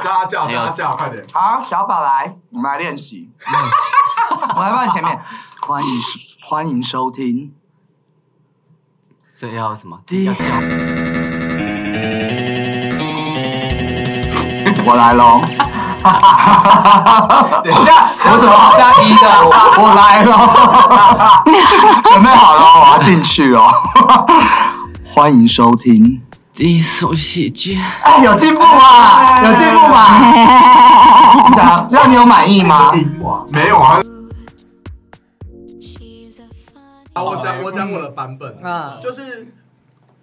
加价没有加价，快点！好，小宝来，我们来练习。 我来放你前面，欢迎欢迎收听。所以要什么？第一要 叫我来喽。等一下，我怎么好像一的？我我来喽。 准备好了，我要进去哦。 欢迎收听。低俗喜剧。哎，有进步嘛？有进步啊嘛？这样这样你有满意吗？赢王没有啊？ She's a funny. 好，我讲我讲我的版本，啊就是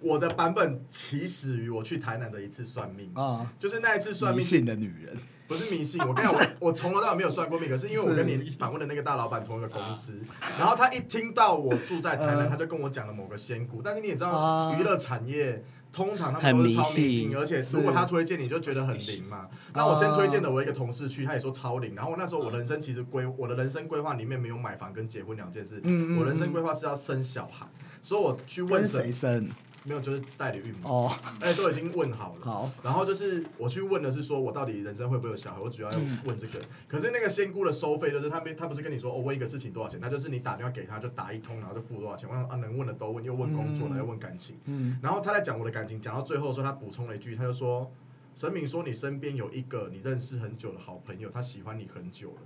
我的版本起始于我去台南的一次算命，啊，就是那一次算迷命信的女人，不是迷信，我 跟你讲，我我从头到尾没有算过命，可是因为我跟你访问的那个大老板同一个公司，然后他一听到我住在台南，嗯他就跟我讲了某个仙姑，但是你也知道啊娱乐产业。通常他们都是超迷很迷信，信而且如果他推荐你就觉得很灵嘛。那我先推荐的我一个同事去，他也说超灵。然后那时候我人生其实规我的人生规划里面没有买房跟结婚两件事，嗯嗯嗯我人生规划是要生小孩，所以我去问跟神谁生？没有就是代理孕母，哦，哎、都已经问好了。好，然后就是我去问的是说，我到底人生会不会有小孩？我主要要嗯问这个。可是那个仙姑的收费就是他没，他不是跟你说哦，问一个事情多少钱，他就是你打电话给他就打一通，然后就付多少钱。我想啊，能问的都问，又问工作，嗯又问感情。嗯，然后他在讲我的感情，讲到最后的时候，他补充了一句，他就说：“神明说你身边有一个你认识很久的好朋友，他喜欢你很久了，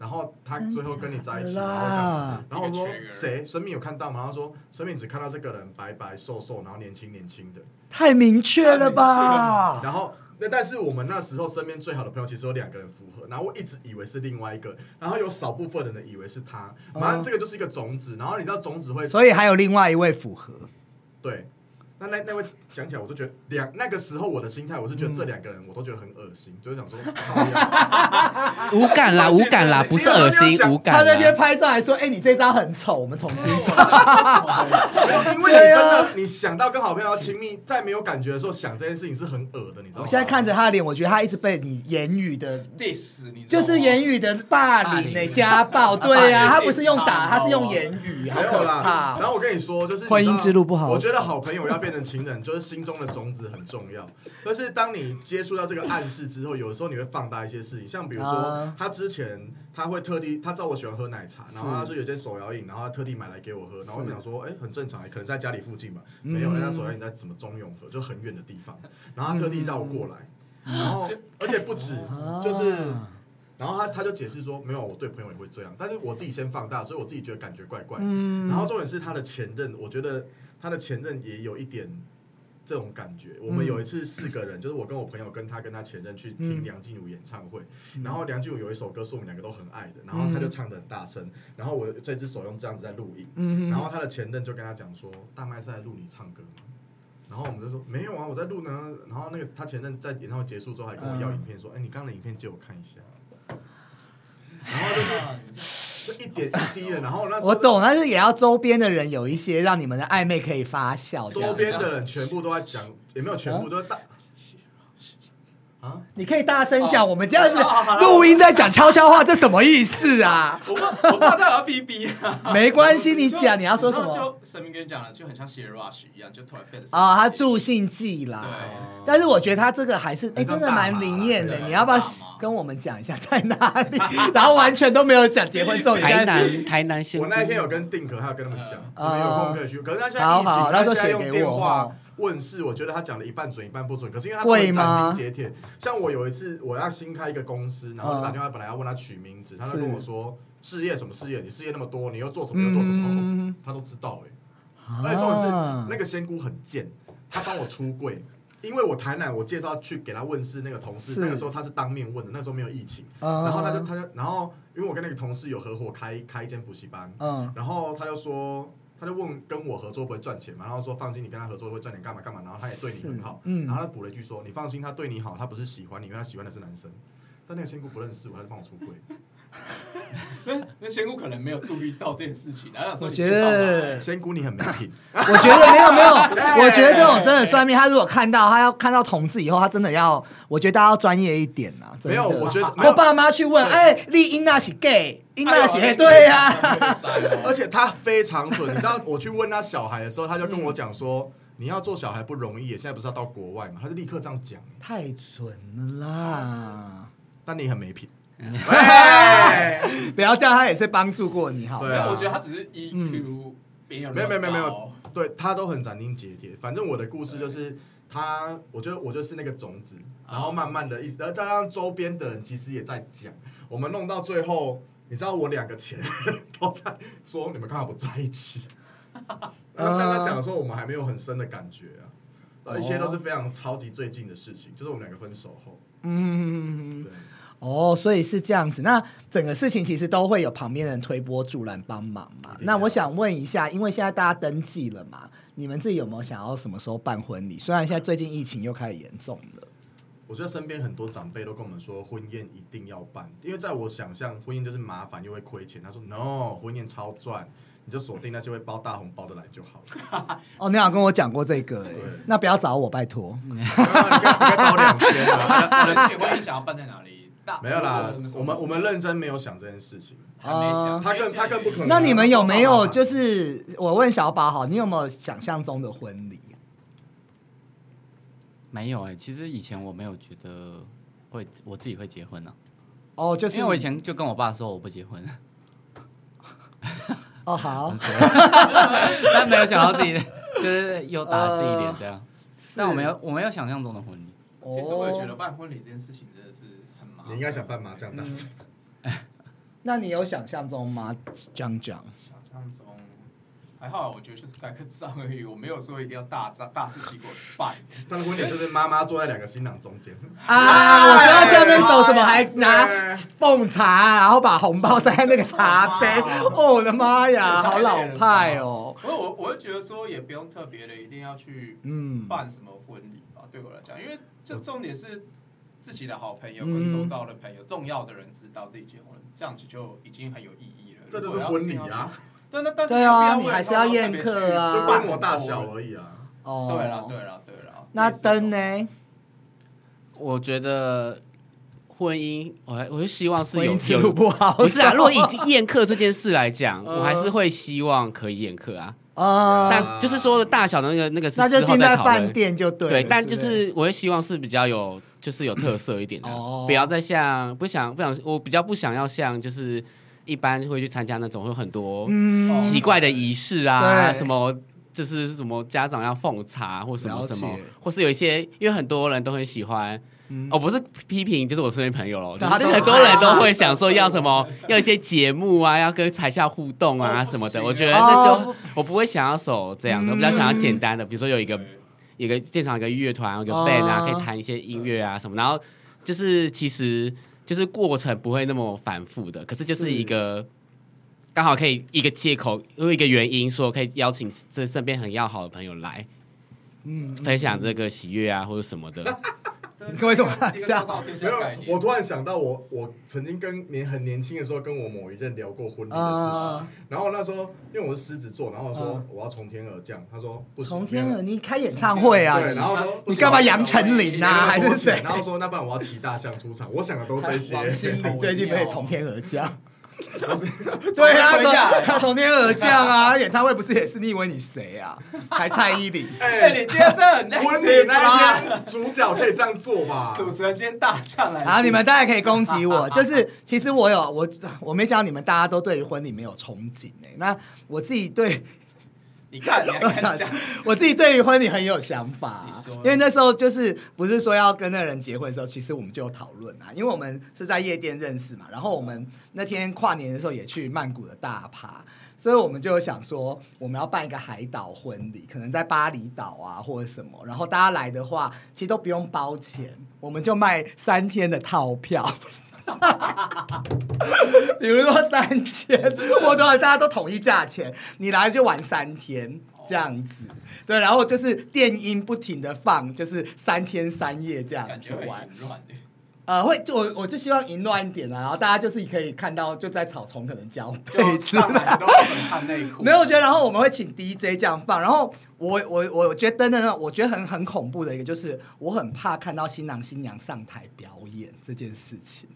然后他最后跟你在一起，真然假的后干嘛？然后我说一个 trigger 谁？神明有看到吗？他说神明只看到这个人白白瘦瘦，然后年轻年轻的。太明确了吧？然后那但是我们那时候身边最好的朋友其实有两个人符合，然后我一直以为是另外一个，然后有少部分的人以为是他，反正这个就是一个种子。然后你知道种子会哦所以还有另外一位符合，对，那那那位讲起来，我就觉得两那个时候我的心态，我是觉得这两个人我都觉得很恶心，就是想说，靠 呀无感啦，无感啦，不是恶心，无他感那天啦。拍照还说：“哎，你这张很丑，我们重新照。没有因为你真啊的你想到跟好朋友要亲密，在没有感觉的时候想这件事情是很恶的，你知”道吗？我哦现在看着他的脸，我觉得他一直被你言语的， diss 你知就道吗，是言语的霸霸凌凌呢，家暴。对啊，霸凌他不是用打，一直打他是用言语，好没有可啦，然怕。后我跟你说，就是你知道婚姻之路不好我觉得好朋友要变成情人，就是心中的种子很重要。但是当你接触到这个暗示之后，有的时候你会放大一些事情，像比如说啊他之前他会特地，他知道我喜欢喝奶茶，然后他说有间手摇饮，然后他特地买来给我喝，然后我想说，哎，很正常，可能在家里附近吧，没有，嗯人家手摇饮在什么中永和，就很远的地方，然后他特地绕过来，嗯然后而且不止，啊就是。然后他他就解释说，没有，我对朋友也会这样，但是我自己先放大，所以我自己觉得感觉怪怪的。嗯然后重点是他的前任，我觉得他的前任也有一点这种感觉。我们嗯有一次四个人，就是我跟我朋友跟他跟他前任去听嗯梁静茹演唱会，然后梁静茹有一首歌是我们两个都很爱嗯的，然后他就唱的很大声，然后我这只手用这样子在录影，嗯然后他的前任就跟他讲说：“大麦是在录你唱歌吗？”然后我们就说：“没有啊，我在录呢。”然后那个他前任在演唱会结束之后还跟我要嗯影片，说：“哎、你刚刚的影片借我看一下。”然后 就是就一点一滴的，然后那时候我懂，但是也要周边的人有一些让你们的暧昧可以发酵。这样周边的人全部都在讲，也没有全部都在大。啊！你可以大声讲，哦我们这样子哦好了录音在讲悄悄话，这什么意思啊？我怕我怕他要 BB 啊。没关系，你就讲你要说什你知道么就神明跟你讲了，就很像写 rush 一样，就突然变得啊？他助兴剂啦。对，但是我觉得他这个还是哎、很像真的蛮灵验大的麻。啦你要不要对大麻跟我们讲一下在哪里？ 然后完全都没有讲结婚 重点。台现在南台南县，我那一天有跟定可，还有跟他们讲，我嗯们有空可以去。可是他现在好疫情，好他到时现候在写用给电我话哦问世，我觉得他讲的一半准一半不准。可是因为他不贵能吗斩钉截铁，像我有一次我要新开一个公司，然后就打电话本来要问他取名字，他就是跟我说事业什么事业，你事业那么多，你又做什么又做什么，嗯，他都知道哎。而而且重点是那个仙姑很贱，她帮我出柜。因为我台南，我介绍去给他问事那个同事，是那个时候他是当面问的，那时候没有疫情，嗯然后他就他就然后因为我跟那个同事有合伙开开一间补习班，嗯然后他就说，他就问跟我合作会不会赚钱嘛？然后说放心，你跟他合作会赚钱干嘛干嘛？然后他也对你很好，是嗯然后他补了一句说，你放心，他对你好，他不是喜欢你，因为他喜欢的是男生。但那个仙姑不认识我，他就帮我出 柜。那那仙姑可能没有注意到这件事情，然后想说我你觉介绍嘛得，仙姑你很没品，我觉得没有没有， 我觉得这种真的算命，他如果看到他要看到同志以后，他真的要，我觉得大家要专业一点啊。真的没有，我觉得没我有，爸妈去问，哎，丽英娜是 gay，英哎娜呦是 gay，对啊呀、 哦而且他非常准。你知道我去问他小孩的时候，他就跟我讲说，嗯你要做小孩不容易，现在不是要到国外嘛？他就立刻这样讲。太准了啦！但你很没品。哎，不要这样，他也是帮助过你，好吗嗯对啊我觉得他只是 EQ 没有没那有么没有没有没有高，对他都很斩钉截铁。反正我的故事就是他，我觉得我就是那个种子，啊然后慢慢的一直，然后再加上周边的人其实也在讲，我们弄到最后，你知道我两个前任 都在说你们刚好不在一 起。那但他讲的时候，我们还没有很深的感觉啊。呃一切都是非常超级最近的事情，就是我们两个分手后，嗯对，，哦，所以是这样子。那整个事情其实都会有旁边人推波助澜帮忙嘛。一定要那我想问一下，因为现在大家登记了嘛，你们自己有没有想要什么时候办婚礼？虽然现在最近疫情又开始严重了，我觉得身边很多长辈都跟我们说，婚宴一定要办，因为在我想象，婚宴就是麻烦又会亏钱。他说，no，婚宴超赚，你就锁定那些会包大红包的来就好 了。哦，你好像跟我讲过这个、欸对，那不要找我，拜托。你看，你看包两千啊？那你婚宴想要办在哪里？大没有啦什么什，么 我们我们认真没有想这件事情。还没想，他更他更不可能那你们有没有嗯就是我问小宝好，你有没有想象中的婚礼？没有哎、其实以前我没有觉得会我自己会结婚呢、哦，就啊，是因为我以前就跟我爸说我不结婚， 哦好，但没有想到自己就是又打自己脸这样。但我没有我没有想象中的婚礼，其实我也觉得哦。办婚礼这件事情真的是很麻烦。你应该想办麻将大 赛， 那你有想象中吗？讲讲想象中还好，我觉得就是盖个章而已，我没有说一定要大张大肆旗鼓办。但是婚礼就是妈妈坐在两个新郎中间，哎啊，我知道下面走什么，还拿对奉茶，然后把红包塞在那个茶杯。哦，我的妈呀，好老派哦。我我我会觉得说也不用特别的一定要去嗯，办什么婚礼吧，对我来讲，因为这重点是自己的好朋嗯友跟周遭的朋友、重要的人知道自己结婚了，这样子就已经很有意义了。这就是婚礼如果要一定要啊去！，对，那但是对啊没有必要为了你还是要宴客啊就特别去规模大小而已啊。哦，对了，对。了，对了。那类似这种灯？呢？我觉觉得婚姻，我还我就希望是婚有姻记录不好，不是啊，如果以宴客这件事来讲，嗯我还是会希望可以宴客啊。啊，但就是说的大小的那个那个是那就之后定再在讨饭论。店就对了。对，但之就类是我会希望是比较有，就是有特色一点的，哦不要再像不想不想，我比较不想要像就是一般会去参加那种会有很多嗯，奇怪的仪式啊，对什么就是什么家长要奉茶或什么了解什么，或是有一些，因为很多人都很喜欢。嗯哦，不是批评，就是我身边朋友咯，就大家是都很多人都会想说要什么， 要一些节目啊，要跟台下互动啊哦什么的。不行我觉得啊那哦嗯就我不会想要走这样的，我比较想要简单的，比如说有一个对有个现场有个乐团，有个 band 啊，哦可以弹一些音乐啊什么，然后就是其实就是过程不会那么反复的，可是就是是一个刚好可以一个借口，因为一个原因说可以邀请这身边很要好的朋友来嗯，分享这个喜悦啊或者 什么的，对你为什么一个笑周到天没下有概，念我突然想到我，我曾经跟年很年轻的时候，跟我某一任聊过婚礼的事情。啊，然后那时候因为我是狮子座，然后我说嗯我要从天而降，他说不行，从天没有而，你开演唱会啊？对，你然后说你干嘛杨丞琳没有呐、那啊，么还是多钱谁？然后说那不然我要骑大象出场，我想的都这些，王心凌最近不是从天而降？我是 对啊，推下从来他从天而降啊！演唱会不是也是？你以为你谁啊？还蔡依林？哎，哎，你今天真的很内婚心礼那天主角可以这样做吧？ 主持人今天大 将来，然啊后你们当然可以攻击 我，就是其实我有我我没想到你们大家都对于婚礼没有憧憬哎、那我自己对 你看，你还我看想这样，我自己对于婚礼很有想法、啊你说因为那时候就是不是说要跟那个人结婚的时候，其实我们就有讨论啊，因为我们是在夜店认识嘛，然后我们那天跨年的时候也去曼谷的大趴，所以我们就有想说我们要办一个海岛婚礼，可能在巴厘岛啊或者什么，然后大家来的话，其实都不用包钱，我们就卖三天的套票。比如说三千，我多少大家都统一价钱，你来就玩三天这样子，对，然后就是电音不停的放，就是三天三夜这样感觉子很玩，淫乱的。呃，会就我我就希望淫乱一点啊，然后大家就是可以看到就在草丛可能交配就之类上来都不能看 内裤，没有，我觉得，然后我们会请 DJ 这样放，然后我我我觉得真的，我觉得很很恐怖的一个就是，我很怕看到新郎新娘上台表演这件事情。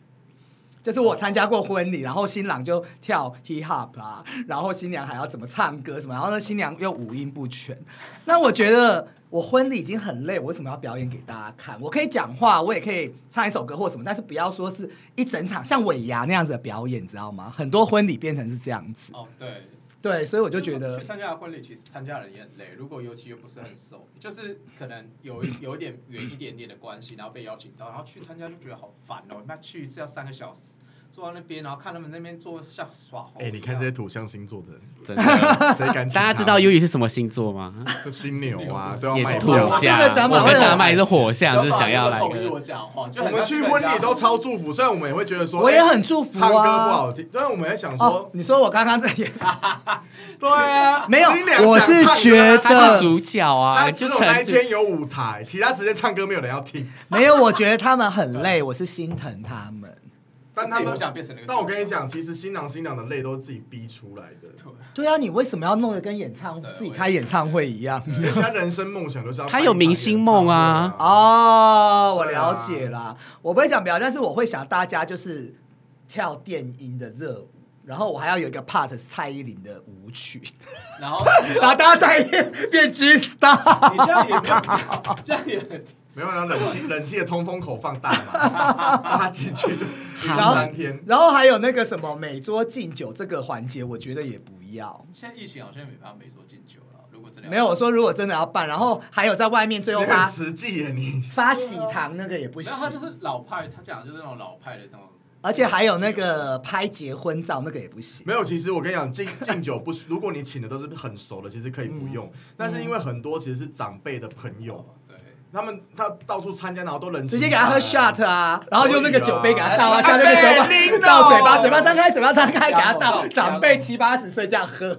就是我参加过婚礼，然后新郎就跳 hip hop 啊，然后新娘还要怎么唱歌什么，然后呢新娘又五音不全。那我觉得我婚礼已经很累，我为什么要表演给大家看？我可以讲话，我也可以唱一首歌或什么，但是不要说是一整场像尾牙那样子的表演，你知道吗？很多婚礼变成是这样子，哦，对，对，所以我就觉得去，参加的婚礼，其实参加的人也很累。如果尤其又不是很熟，就是可能有一 有一点远一点点的关系，然后被邀请到，然后去参加就觉得好烦哦。那去一次要三个小时，坐到那边，然后看他们那边做像耍猴一哎、样。你看这些土象星座的人，真的。 谁敢请他们？大家知道 U 宇是什么星座吗？就金牛啊，都要也卖是票土我真象的想，把我跟我的大麦是火象，就是想要来统一个我讲话，就我很们像去是婚礼都人家超祝福，虽然我们也会觉得说，我也哎很祝福啊唱歌不好听，但是我们也想哦说，，你说我刚刚这也 对啊，没有新娘想我是唱歌觉得他是主角他啊，只就有那一成天有舞台，其他时间唱歌没有人要听。没有，我觉得他们很累，我是心疼他们。但他自己们不想变成那个但我跟你讲，其实新郎新娘的泪都是自己逼出来的。对啊，你为什么要弄得跟演唱对自己开演唱会一样？人家人生梦想就是要他有明星梦啊啊，哦，我对了啊解啦。我不会想表，但是我会想大家就是跳电音的热舞，然后我还要有一个 part 是蔡依林的舞曲， 然后然后大家在变变 G star。 你这样也没有， 这样也很没有让冷气冷气的通风口放大嘛，让他进去就好三天。然后还有那个什么每桌敬酒这个环节，我觉得也不要。现在疫情好像没办法没说敬酒了，如果真的要没有，我说如果真的要办，然后还有在啊外面最你后很发实际耶，你发喜糖那个也不没行有，，他就是老派，他讲的就是那种老派的那种。而且还有那个拍结婚照那个也不行。没有。其实我跟你讲，敬敬酒不，如果你请的都是很熟的，其实可以不用。嗯但是因为很多其实是长辈的朋友，对，他们他到处参加，然后都人直接给他喝 shot 啊，然后用那个酒杯给他倒啊，可以像啊那个手把阿贝林哦倒嘴巴，嘴巴张开，嘴巴张开，给他加倒。口长辈七八十岁这样喝，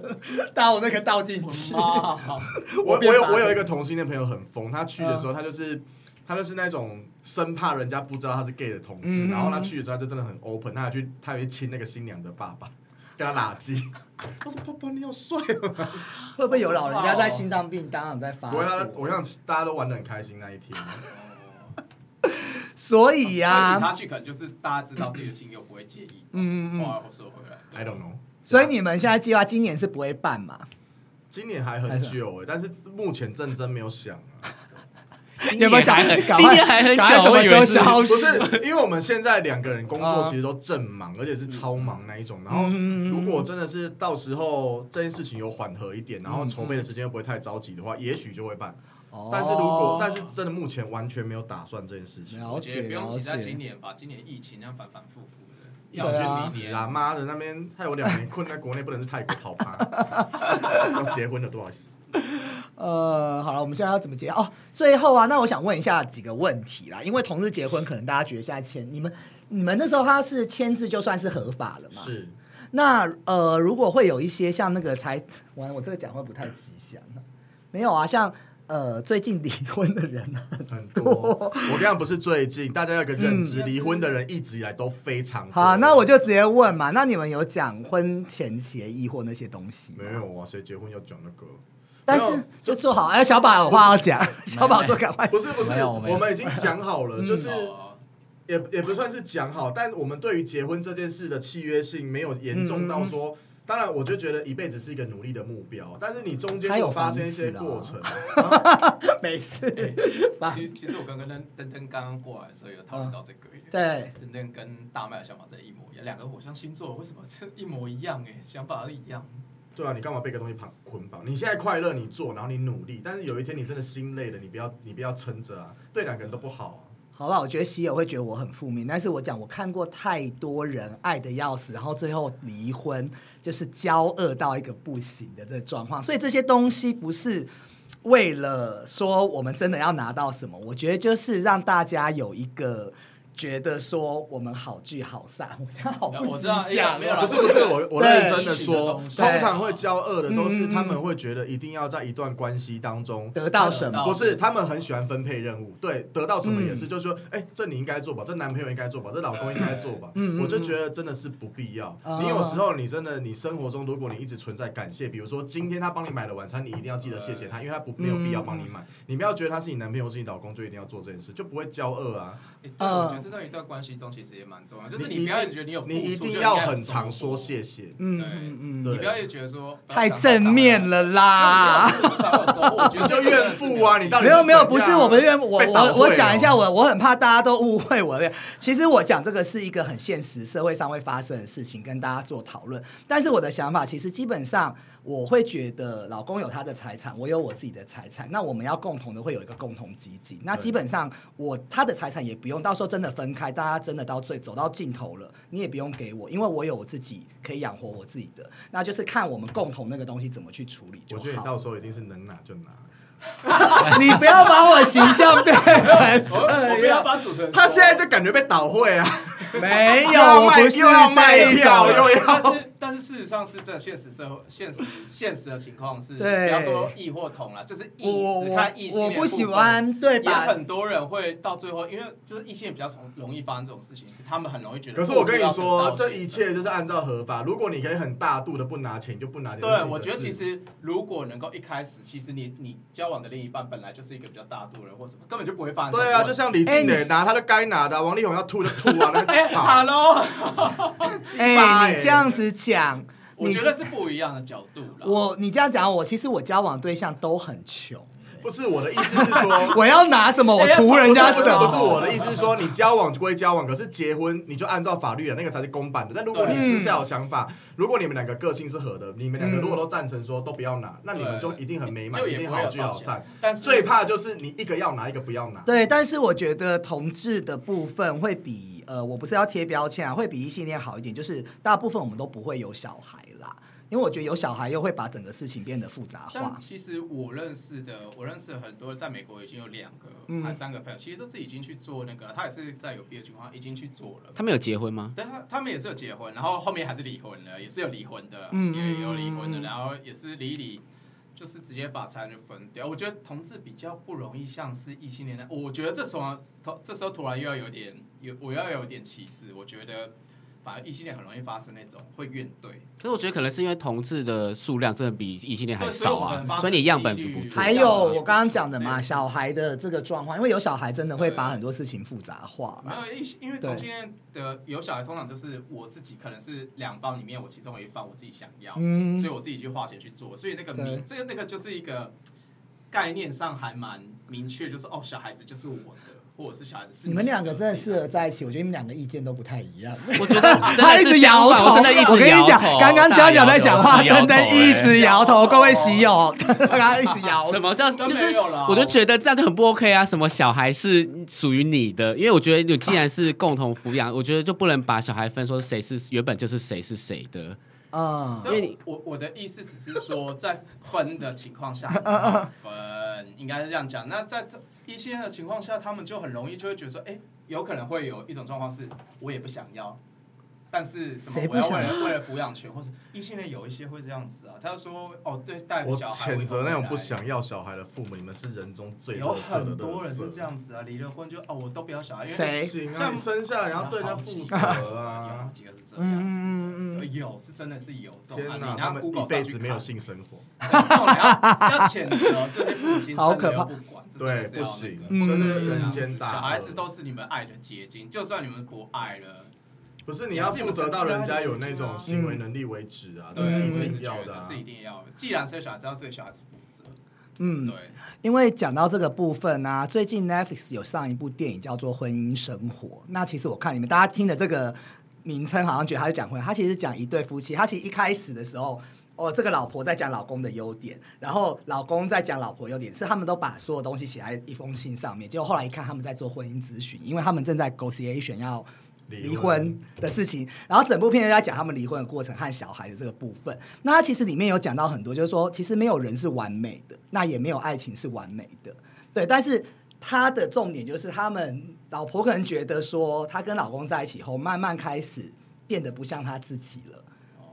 倒那个倒进我去的。哦 妈，我我我变嗯有法我有一个同性恋朋友很疯，他去的时候他就是、他就是那种生怕人家不知道他是 gay 的同志，嗯然后他去的时候他就真的很 open，他还去他还去亲那个新娘的爸爸，跟他拉鸡。 我说爸爸你好帅哦！ 会不会有老人家在心脏病当场在发不会他作？我想大家都玩的很开心那一天。 所以啊邀呀，请他去可能就是大家知道自己的亲友不会介意。嗯嗯嗯话我说回来 I don't know。所以你们现在计划今年是不会办嘛？今年还很久哎、但是目前认真没有想啊，今有年没有想还很赶快今年还很赶快久，什我么以时候为是消不失？是因为我们现在两个人工作啊其实都正忙，而且是超忙那一种。然后嗯如果真的是到时候这件事情有缓和一点，然后筹备的时间又不会太着急的话，也许就会办。但是如果嗯哦但是真的目前完全没有打算这件事情，了我觉解得不用了期待今解，年吧，今年疫情这样反反复复的，一直去要死啦！妈的，那边害我两年困在国内，不能去泰国跑 趴。要结婚了多少？呃，好了，我们现在要怎么结哦？最后啊，那我想问一下几个问题啦，因为同日结婚，可能大家觉得现在签你们你们那时候他是签字就算是合法了嘛？。是那呃，如果会有一些像那个才，完了我这个讲会不太吉祥啊，没有啊，像呃最近离婚的 人啊，很多。我跟你讲，不是最近，大家要有个认知，离婚的人一直以来都非常多。嗯好，那我就直接问嘛，那你们有讲婚前协议或那些东西吗没？有啊，谁结婚要讲那个？但没有是就做好，哎，小宝有话要讲，小宝说赶快 不是不是，没有没有我们已经讲好了，嗯就是 哦也也不算是讲好，但我们对于结婚这件事的契约性没有严重到说。当然，我就觉得一辈子是一个努力的目标，但是你中间还有有发房生一些子啊过程， 没事，其实其实我刚刚跟登登刚刚过来的时候有讨论到嗯这个耶，对。登登跟大麦的想法真的一模一样，两个火象星座为什么这一模一样？哎，想法都一样。对啊，你干嘛被一个东西绑捆绑？你现在快乐，你做，然后你努力，但是有一天你真的心累了，你不要你不要撑着啊，对两个人都不好、啊好了，我觉得喜友会觉得我很负面，但是我讲我看过太多人爱的要死，然后最后离婚，就是骄恶到一个不行的这个状况。所以这些东西不是为了说我们真的要拿到什么，我觉得就是让大家有一个觉得说我们好聚好散，我这样好不我吉知道哎呀祥没有啊。啦哦。不是不是，我我对认真的说，对通常会骄傲的都嗯是嗯嗯他们会觉得一定要在一段关系当中得到什得么？到不是，他们很喜欢分配任务，对，得到什么也是，嗯就是说，哎、这你应该做吧，这男朋友应该做吧，这老公应该做吧，嗯嗯我就觉得真的是不必要。嗯你有时候你真的，你生活中如果你一直存在感谢，比如说今天他帮你买了晚餐，你一定要记得谢谢他，因为他不没有必要帮你买，你不要觉得他是你男朋友是你老公就一定要做这件事，就不会骄傲啊。哎对，我觉得这在一段关系中其实也蛮重要，就是你你不要一一直觉得你有付你一出定就要应该有很收常获说谢谢。嗯对嗯对嗯，你不要也觉得说太正面，了啦。 你你就怨妇啊！你到底没是有没有，怎不是样我不是因为我被倒我我退讲一哦下我我很怕大家都误会我的。其实我讲这个是一个很现实社会上会发生的事情，跟大家做讨论。但是我的想法其实基本上我会觉得老公有他的财产，我有我自己的财产，那我们要共同的会有一个共同基金。那基本上我他的财产也不用到时候真的分开，大家真的到最走到尽头了，你也不用给我，因为我有我自己可以养活我自己的。那就是看我们共同那个东西怎么去处理就我好觉得你到时候一定是能拿就拿。 你不要把我形象 变成我我不这要样，把主持人说，他现在就感觉被倒会 啊，没又有，要我卖不是又要卖这一票，种又但要是但是事实上是这现实社会 现实现实的情况是，对不要说异或同啦，就是异我只看异我性我恋不喜部分。欢，对也吧？很多人会到最后，因为就是异性恋比较容容易发生这种事情，是他们很容易觉得。哦可是我跟你说，这这一切就是按照合法。如果你可以很大度的不拿钱，你就不拿钱。这是对，你的我觉得事其实如果能够一开始，其实你你交往的另一半本来就是一个比较大度的人，或什么，根本就不会发生这种对问题。啊，就像李哎静蕾拿他的该拿的啊，王力宏要吐就吐啊，那个吵，Hello，鸡巴哎，欸你这样子讲，我你觉得是不一样的角度啦。哦我你这样讲，我其实我交往对象都很 穷，不是我的意思是说。我要拿什么我哎呀图人家不什是不是么？我的意思是说，你交往归交往，可是结婚你就按照法律的那个才是公嗯版的。但如果你私下有想法，如果你们两个个性是合的，你们两个如果都赞成说都不要拿，那你们就一定很美满，就一也定不会好有聚好吵架散。，但是最怕就是你一个要拿，一个不要拿。对，但是我觉得同志的部分会比呃，我不是要贴标签啊，会比异性恋好一点，就是大部分我们都不会有小孩啦，因为我觉得有小孩又会把整个事情变得复杂化但。其实我认识的，我认识的很多在美国已经有两个、嗯还三个朋友，其实都自己已经去做那个，啊他也是在有毕业情况下已经去做了。他们有结婚吗？但他他们也是有结婚，然后后面还是离婚了，也是有离婚的，嗯也也有离婚的，然后也是离一离，就是直接把财产就分掉。我觉得同志比较不容易像是异性恋那，我觉得这时候同这时候突然又要有点有我要有点歧视，我觉得反而异性恋很容易发生那种会怨怼，可是我觉得可能是因为同志的数量真的比异性恋还对少啊，所以你样本不对多。还有要我刚刚讲的嘛，对小孩的这个状况，因为有小孩真的会把很多事情复杂化没嘛。有，因因为对同性恋的有小孩，通常就是我自己可能是两方里面我其中有一方我自己想要，嗯所以我自己去花钱去做，所以那个对明这个那个就是一个概念上还蛮明确，就是哦，小孩子就是我的，或者是小孩子是你们的两个真的适合自己在一起，我觉得你们两个意见都不太一样。我觉得真 他的一是直相摇反，头，我真的一直跟你讲摇头，刚刚大娇娇在讲话，摇头灯灯一直摇头，哦各位喜友， 他一直摇。什么叫都就没是有了，啊我就觉得这样就很不 OK 啊！什么小孩是属于你的，因为我觉得你既然是共同抚养，我觉得就不能把小孩分说谁是原本就是谁是谁的。嗯，因因为为你我我的意思只是 说，在分的情况下很嗯难分，应该是这样讲。那在这一些的情况下，他们就很容易就会觉得说，哎、有可能会有一种状况是，我也不想要，但是什么谁不我要想为要了为了抚养权，或者异性恋有一些会这样子啊，他就说，哦，对，带个我小孩谴责那种回来不想要小孩的父母，你们是人中最有垃圾的很多人垃是圾这样子啊，离了婚就哦，我都不要小孩，因为谁不行啊，像你生下来也要对人家负责有好啊！几个是这样子的，嗯嗯嗯嗯，有是真的是有这天种案例哪，，然他后们哎 Google 一辈上子去没有看性生活，要谴责这些父亲，好可怕不管，这对，真的不是要行嗯那，个这是人间大恶。小孩子都是你们爱的结晶，就算你们不爱了，不是你要负责到人家有那啊种行为能力为止啊，这对，是一我也是定觉要的得啊是。一定要的。既然生小孩，就要对小孩子负责，嗯，对，因为讲到这个部分啊，最近 Netflix 有上一部电影叫做《婚姻生活》。那其实我看你们大家听的这个名称，好像觉得他是讲婚，他其实是讲一对夫妻。他其实一开始的时候，哦，这个老婆在讲老公的优点，然后老公在讲老婆优点，是他们都把所有东西写在一封信上面。结果后来一看，他们在做婚姻咨询，因为他们正在 negotiation 要离婚的事情，然后整部片就在讲他们离婚的过程和小孩的这个部分。那它其实里面有讲到很多，就是说其实没有人是完美的，那也没有爱情是完美的，对。但是他的重点就是他们老婆可能觉得说，她跟老公在一起后，慢慢开始变得不像她自己了，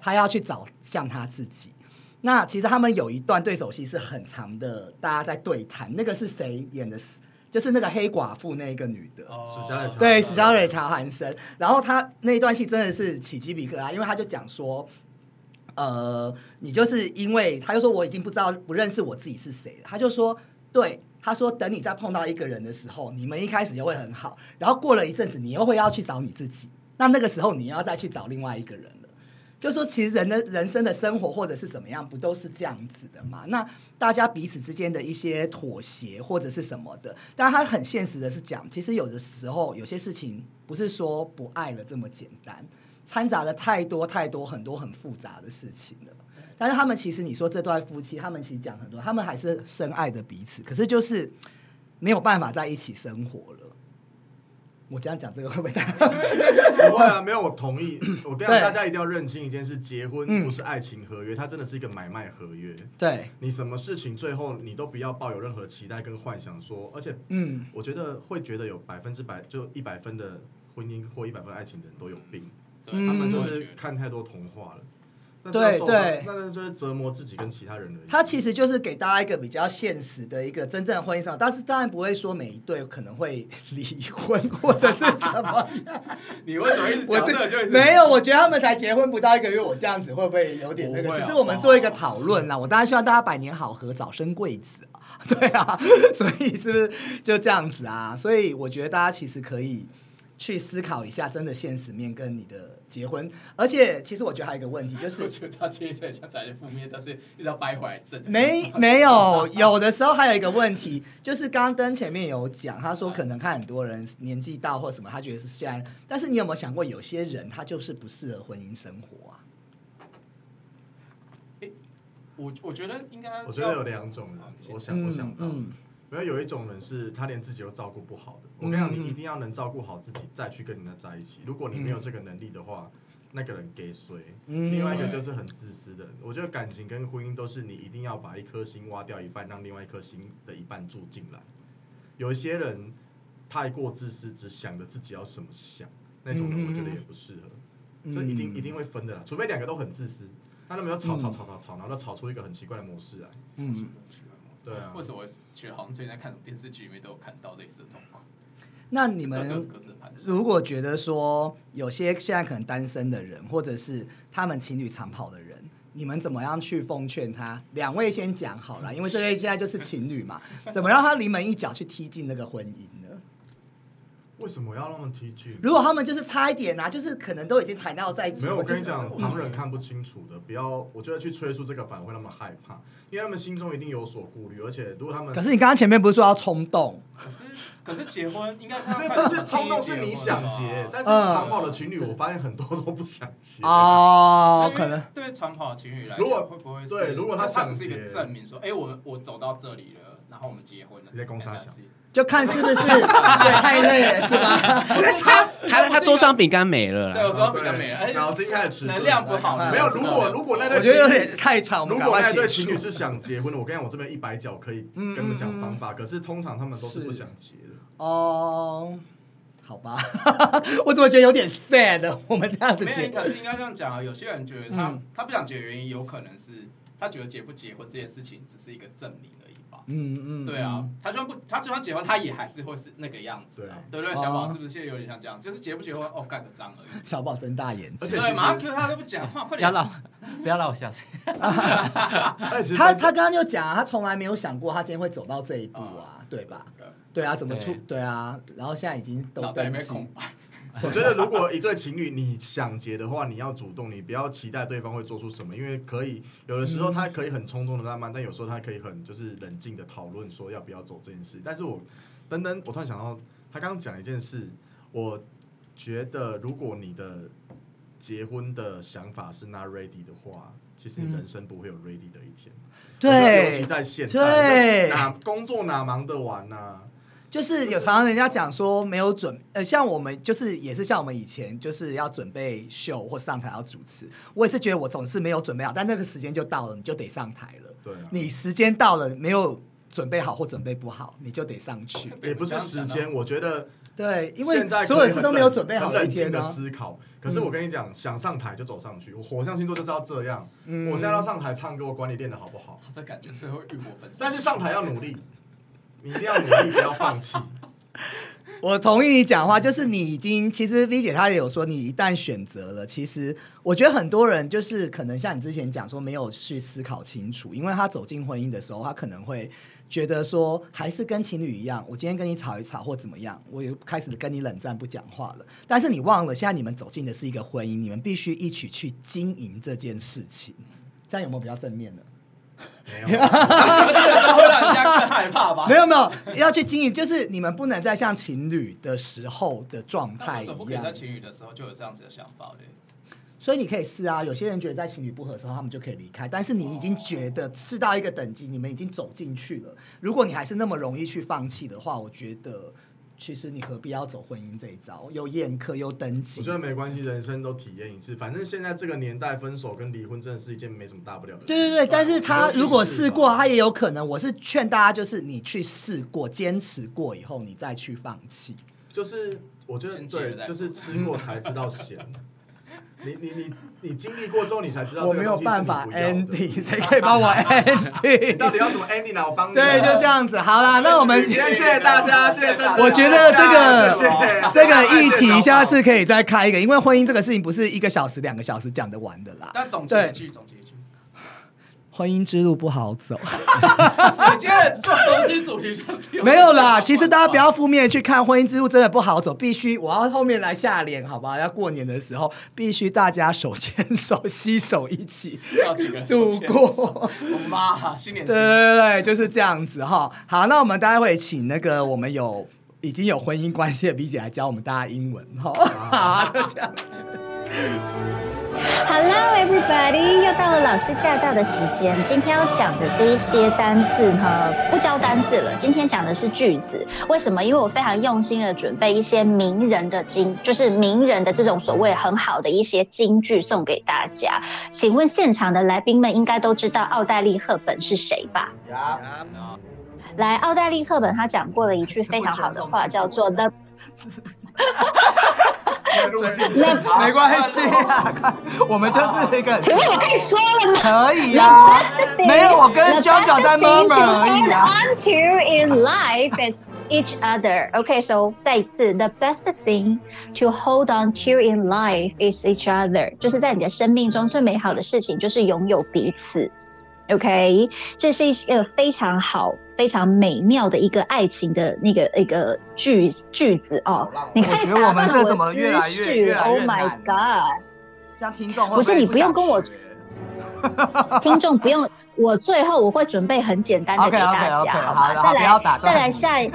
她要去找像她自己。那其实他们有一段对手戏是很长的，大家在对谈，那个是谁演的？就是那个黑寡妇那一个女的，哦史嘉 蕾乔对，史嘉蕾·乔韩森。然后他那一段戏真的是起鸡皮疙瘩，因为他就讲说，呃，你就是因为他就说我已经不知道不认识我自己是谁了，他就说，对他说等你再碰到一个人的时候，你们一开始又会很好，然后过了一阵子，你又会要去找你自己，那那个时候你要再去找另外一个人了。就说其实人的人生的生活或者是怎么样，不都是这样子的嘛？那大家彼此之间的一些妥协或者是什么的，但他很现实的是讲，其实有的时候有些事情不是说不爱了这么简单，掺杂了太多太多很多很复杂的事情了。但是他们其实你说这段夫妻，他们其实讲很多，他们还是深爱着彼此，可是就是没有办法在一起生活了。我这样讲这个会不会太？ 不会啊，没有，我同 意。我跟你对讲大家一定要认清一件事：结婚嗯不是爱情合约，它真的是一个买卖合约。对，你什么事情最后你都不要抱有任何期待跟幻想说，而且嗯，我觉得会觉得有百分之百就一百分的婚姻或一百分的爱情的人都有病，对他嗯们就我也是觉得看太多童话了。那对是受伤对那就是折磨自己跟其他人而已。它其实就是给大家一个比较现实的一个真正的婚姻上，但是当然不会说每一对可能会离婚或者是什 么。你为什么一直我讲这个就一是直没有，我觉得他们才结婚不到一个月，我这样子会不会有点那不个？会啊只是我们做一个讨论啦。我当然希望大家百年好合，早生贵子啊， 对啊，所以是不是就这样子啊？所以我觉得大家其实可以去思考一下，真的现实面跟你的结婚，而且其实我觉得还有一个问题就是 我。觉得他其实很像展现负面，但是一直要掰回来正。没没有，有的时候还有一个问题，就是刚刚灯前面有讲，他说可能看很多人年纪到或什么，他觉得是现在，但是你有没有想过，有些人他就是不适合婚姻生活啊？我我觉得应该，我觉得有两种人，我想我想到，嗯没有有一种人是他连自己都照顾不好的。我跟你讲，嗯你一定要能照顾好自己，再去跟人家在一起。如果你没有这个能力的话，那个人给谁？嗯另外一个就是很自私的人。我觉得感情跟婚姻都是你一定要把一颗心挖掉一半，让另外一颗心的一半住进来。有一些人太过自私，只想着自己要怎么想，那种嗯人我觉得也不适合。就一定一定会分的啦，除非两个都很自私，那他们要吵吵吵吵吵，然后就吵出一个很奇怪的模式来。嗯，对啊为，什么我觉得好像最近在看什么电视剧里面都有看到类似的状况？那你各自有们各自的盘算。如果觉得说有些现在可能单身的人，或者是他们情侣长跑的人。你们怎么样去奉劝他？两位先讲好了， 因为这位现在就是情侣嘛，怎么让他临门一脚去踢进那个婚姻呢？为什么要让他们踢剧？如果他们就是差一点啊，就是可能都已经谈到在一起，没有，我跟你就是讲，嗯旁人看不清楚的，不要，我觉得去催促这个反而会让他们害怕，因为他们心中一定有所顾虑，而且如果他们可是你刚刚前面不是说要冲动？可是可是结婚应该 对，他但是冲动是你想嗯哦结，但是长跑的情侣，我发现很多都不想结。 哦对，可能对长跑的情侣来讲，如果会不会是对如果他就他想只是一结个证明说，哎，我我走到这里了，然后我们结婚了，你在攻杀小但是就看是不是对太累了是吧？啊他他桌上饼干没了啊对，啦，我昨天比较美了，而且哦脑子一开始迟钝能量不好，对没有，如果如果那我对觉得有情点侣，太长，我如们赶果快那结对情侣束。是想结婚的，我跟你讲，我这边一百脚可以跟你们讲方嗯法，可是通常他们都是不想结的。哦，好吧， 我怎么觉得有点 sad？我啊们这样子没结有，可是应该这样讲啊。有些人觉得他、嗯他不想结的原因，有可能是他觉得结不结婚这件事情只是一个证明而已吧。嗯嗯，对啊，他就算不，他就算结婚，他也还是会是那个样子啊，对不对？哦小宝是不是现在有点像这样？就是结不结婚，哦，盖个章而已。小宝睁大眼而睛，且其对，实马上 Q 他都不讲啊话，快不要点。让不要让我下水。但其实嗯他他刚刚就讲啊，他从来没有想过他今天会走到这一步啊，对吧？对啊，怎么出对？对啊，然后现在已经都脑袋里登面记空白，我觉得如果一对情侣你想结的话，你要主动，你不要期待对方会做出什么，因为可以有的时候他可以很冲动的浪漫，但有时候他可以很就是冷静的讨论说要不要走这件事。但是我等等，我突然想到，他刚刚讲一件事，我觉得如果你的结婚的想法是 not ready 的话，其实你人生不会有 ready 的一天。我觉得尤对其，在现对代，哪工作哪忙得完呐、啊？就是有常常人家讲说没有准，呃，像我们就是也是像我们以前就是要准备秀或上台要主持，我也是觉得我总是没有准备好，但那个时间就到了，你就得上台了。对啊。你时间到了没有准备好或准备不好，你就得上去。也不是时间，我觉得对，因为现在可以所有事都没有准备好很冷一天静的呢、啊。思考。可是我跟你讲，想上台就走上去。我火象星座就是要这样。嗯我现在要上台唱歌，我管你练的好不好，这感觉是会欲火焚身。但是上台要努力，你一定要努力，不要放弃。我同意你讲话，就是你已经其实 V 姐她也有说，你一旦选择了，其实我觉得很多人就是可能像你之前讲说没有去思考清楚，因为他走进婚姻的时候，他可能会觉得说还是跟情侣一样，我今天跟你吵一吵或怎么样，我又开始跟你冷战不讲话了。但是你忘了，现在你们走进的是一个婚姻，你们必须一起去经营这件事情。这样有没有比较正面的？没 有，会让人家更害怕吧？没有没有，要去经营，就是你们不能再像情侣的时候的状那态为一什么不可以在样。情侣的时候就有这样子的想法嘞？所以你可以试啊，有些人觉得在情侣不合的时候，他们就可以离开，但是你已经觉得试到一个等级，你们已经走进去了。如果你还是那么容易去放弃的话，我觉得其实你何必要走婚姻这一招？又宴客又登我记觉，得没关系，人生都体验一次。反正现在这个年代，分手跟离婚真的是一件没什么大不了的事。对对对，但是他如果试过，他也也有可能。我是劝大家，就是你去试过、坚持过以后，你再去放弃。就是我觉得先戒了对，再就说是吃过才知道咸。你你你你经历过之后，你才知道我这个没东有西是办你法不要的。 ending，谁可以帮我 ending？你到底要怎么 ending 呢？我帮你啊。对，就这样子。好啦，那我们今天谢谢大家，谢谢大家。 我觉得这谢谢个这个谢议谢题，小下宝次可以再开一个，因为婚姻这个事情不是一个小时、两个小时讲得完的啦。但总结一句，总结一句， 婚姻之路不好走， 我觉得这种东西主题就是 有没有啦。其实大家不要负面去看，婚姻之路真的不好走，必须我要后面来下联，好吧？要过年的时候，必须大家手牵手、 携手一起。 要几个度过。 我妈新年对新对对，就是这样子哈。好，那我们待会请那个我们有已经有婚姻关系的 B 姐来教我们大家英文哈。好，啊 就这样子。 Hello everybody，又到了老师驾到的时间。今天要讲的这一些单字呢，不教单字了，今天讲的是句子。为什么？因为我非常用心的准备一些名人的金，就是名人的这种所谓很好的一些金句送给大家。请问现场的来宾们应该都知道奥黛丽·赫本是谁吧？年啊来，奥黛丽·赫本她讲过了一句非常好的话，叫做 “The 没关系啊，快我们就是一个。请问我可以说了吗？可以呀、啊， 没有我跟 The JoJo 在 best thing to murmur 而已啊 hang on to in life is each other. Okay, so 再一次，the best thing to hold on to in life is each other，就是在你的生命中最美好的事情就是拥有彼此。OK，这是一个非常好、非常美妙的一个爱情的那个一个句句子哦。你看，我觉得我们这怎么越来越越来 o h 越，Oh my 难 God！像听众会不是会你不用跟我想学听众不用，我最后我会准备很简单的给大 OK，OK，OK，家，好吧？的再不要来打，断再来下一，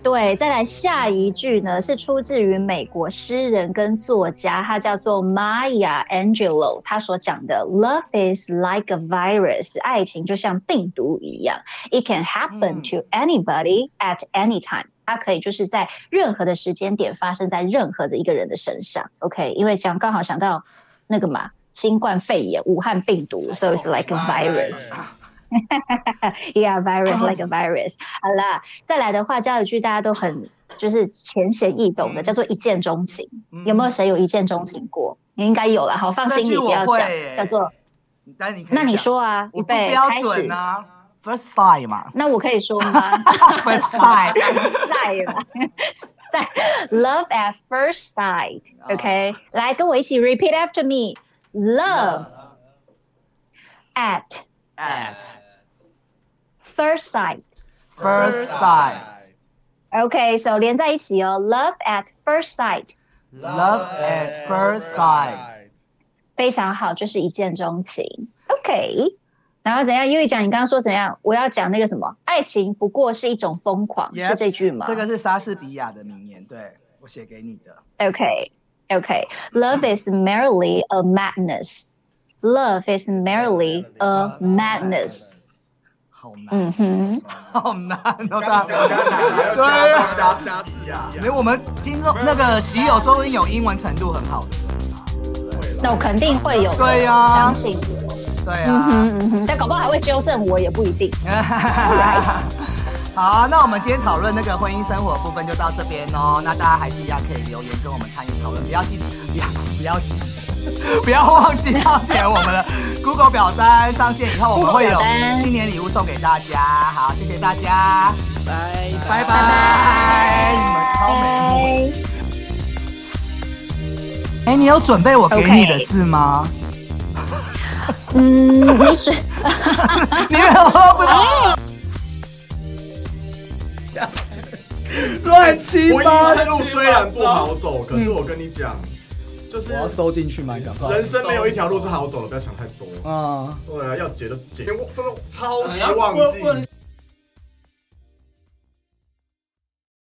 对，再来下一句呢，是出自于美国诗人跟作家，他叫做 Maya Angelou，他所讲的 “Love is like a virus”，爱情就像病毒一样，It can happen 嗯 to anybody at any time。它可以就是在任何的时间点发生在任何的一个人的身上，OK？因为讲刚好想到那个嘛，新冠肺炎、武汉病毒，so it's like a virus。Yeah, virus Oh. like a virus。好啦，再来的话，教一句大家都很就是浅显易嗯懂的，叫做一见钟情。有没有？谁有一见钟情过？你应该有了，好，放心这里句不我要会讲耶，叫做嗯但你可以那你讲，说啊，预我不备标开始准。啊，first time 嘛那我可以说 吗？ ，first time，晒了，晒。Love at first 啊 sight，OK，、来跟我一起 repeat after me。Love at at first sight。 first sight，love OK，so、连在一起哦。Love at first sight， at first sight，非常好，就是一见钟情。OK，然后怎样？因为讲你刚刚说怎样？我要讲那个什么，爱情不过是一种疯狂 Yep，是这句吗？这个是莎士比亚的名言，对我写给你的。 Okay. Okay. Love is merely a madness. Love is merely a 呃 madness. 呃好难，嗯哼。好难哦，大刚想家。想哪还有对加啊加加虾事啊？没有，我们听众那个喜友说不定有英文程度很好的，那我肯定会有的，对呀相信。对嗯啊。哼嗯哼，但搞不好还会纠正我，也不一定。 好啊、那我们今天讨论那个婚姻生活的部分就到这边哦。那大家还是一样可以留言跟我们参与讨论，不要记，不要不要记，不要忘记要填我们的 Google 表单。上线以后我们会有 Google 表单新年礼物送给大家。好，谢谢大家，拜拜拜。你们超美拜。哎、你有准备我给你的字吗嗯，你准。你没有，不知道。乱七我八一糟这。路虽然不好走，可是我跟你讲，就是我要收进去买，搞不好。人生没有一条路是好走的，不要想太多。啊，对啊，要解就解。我真的超你级要忘问记，问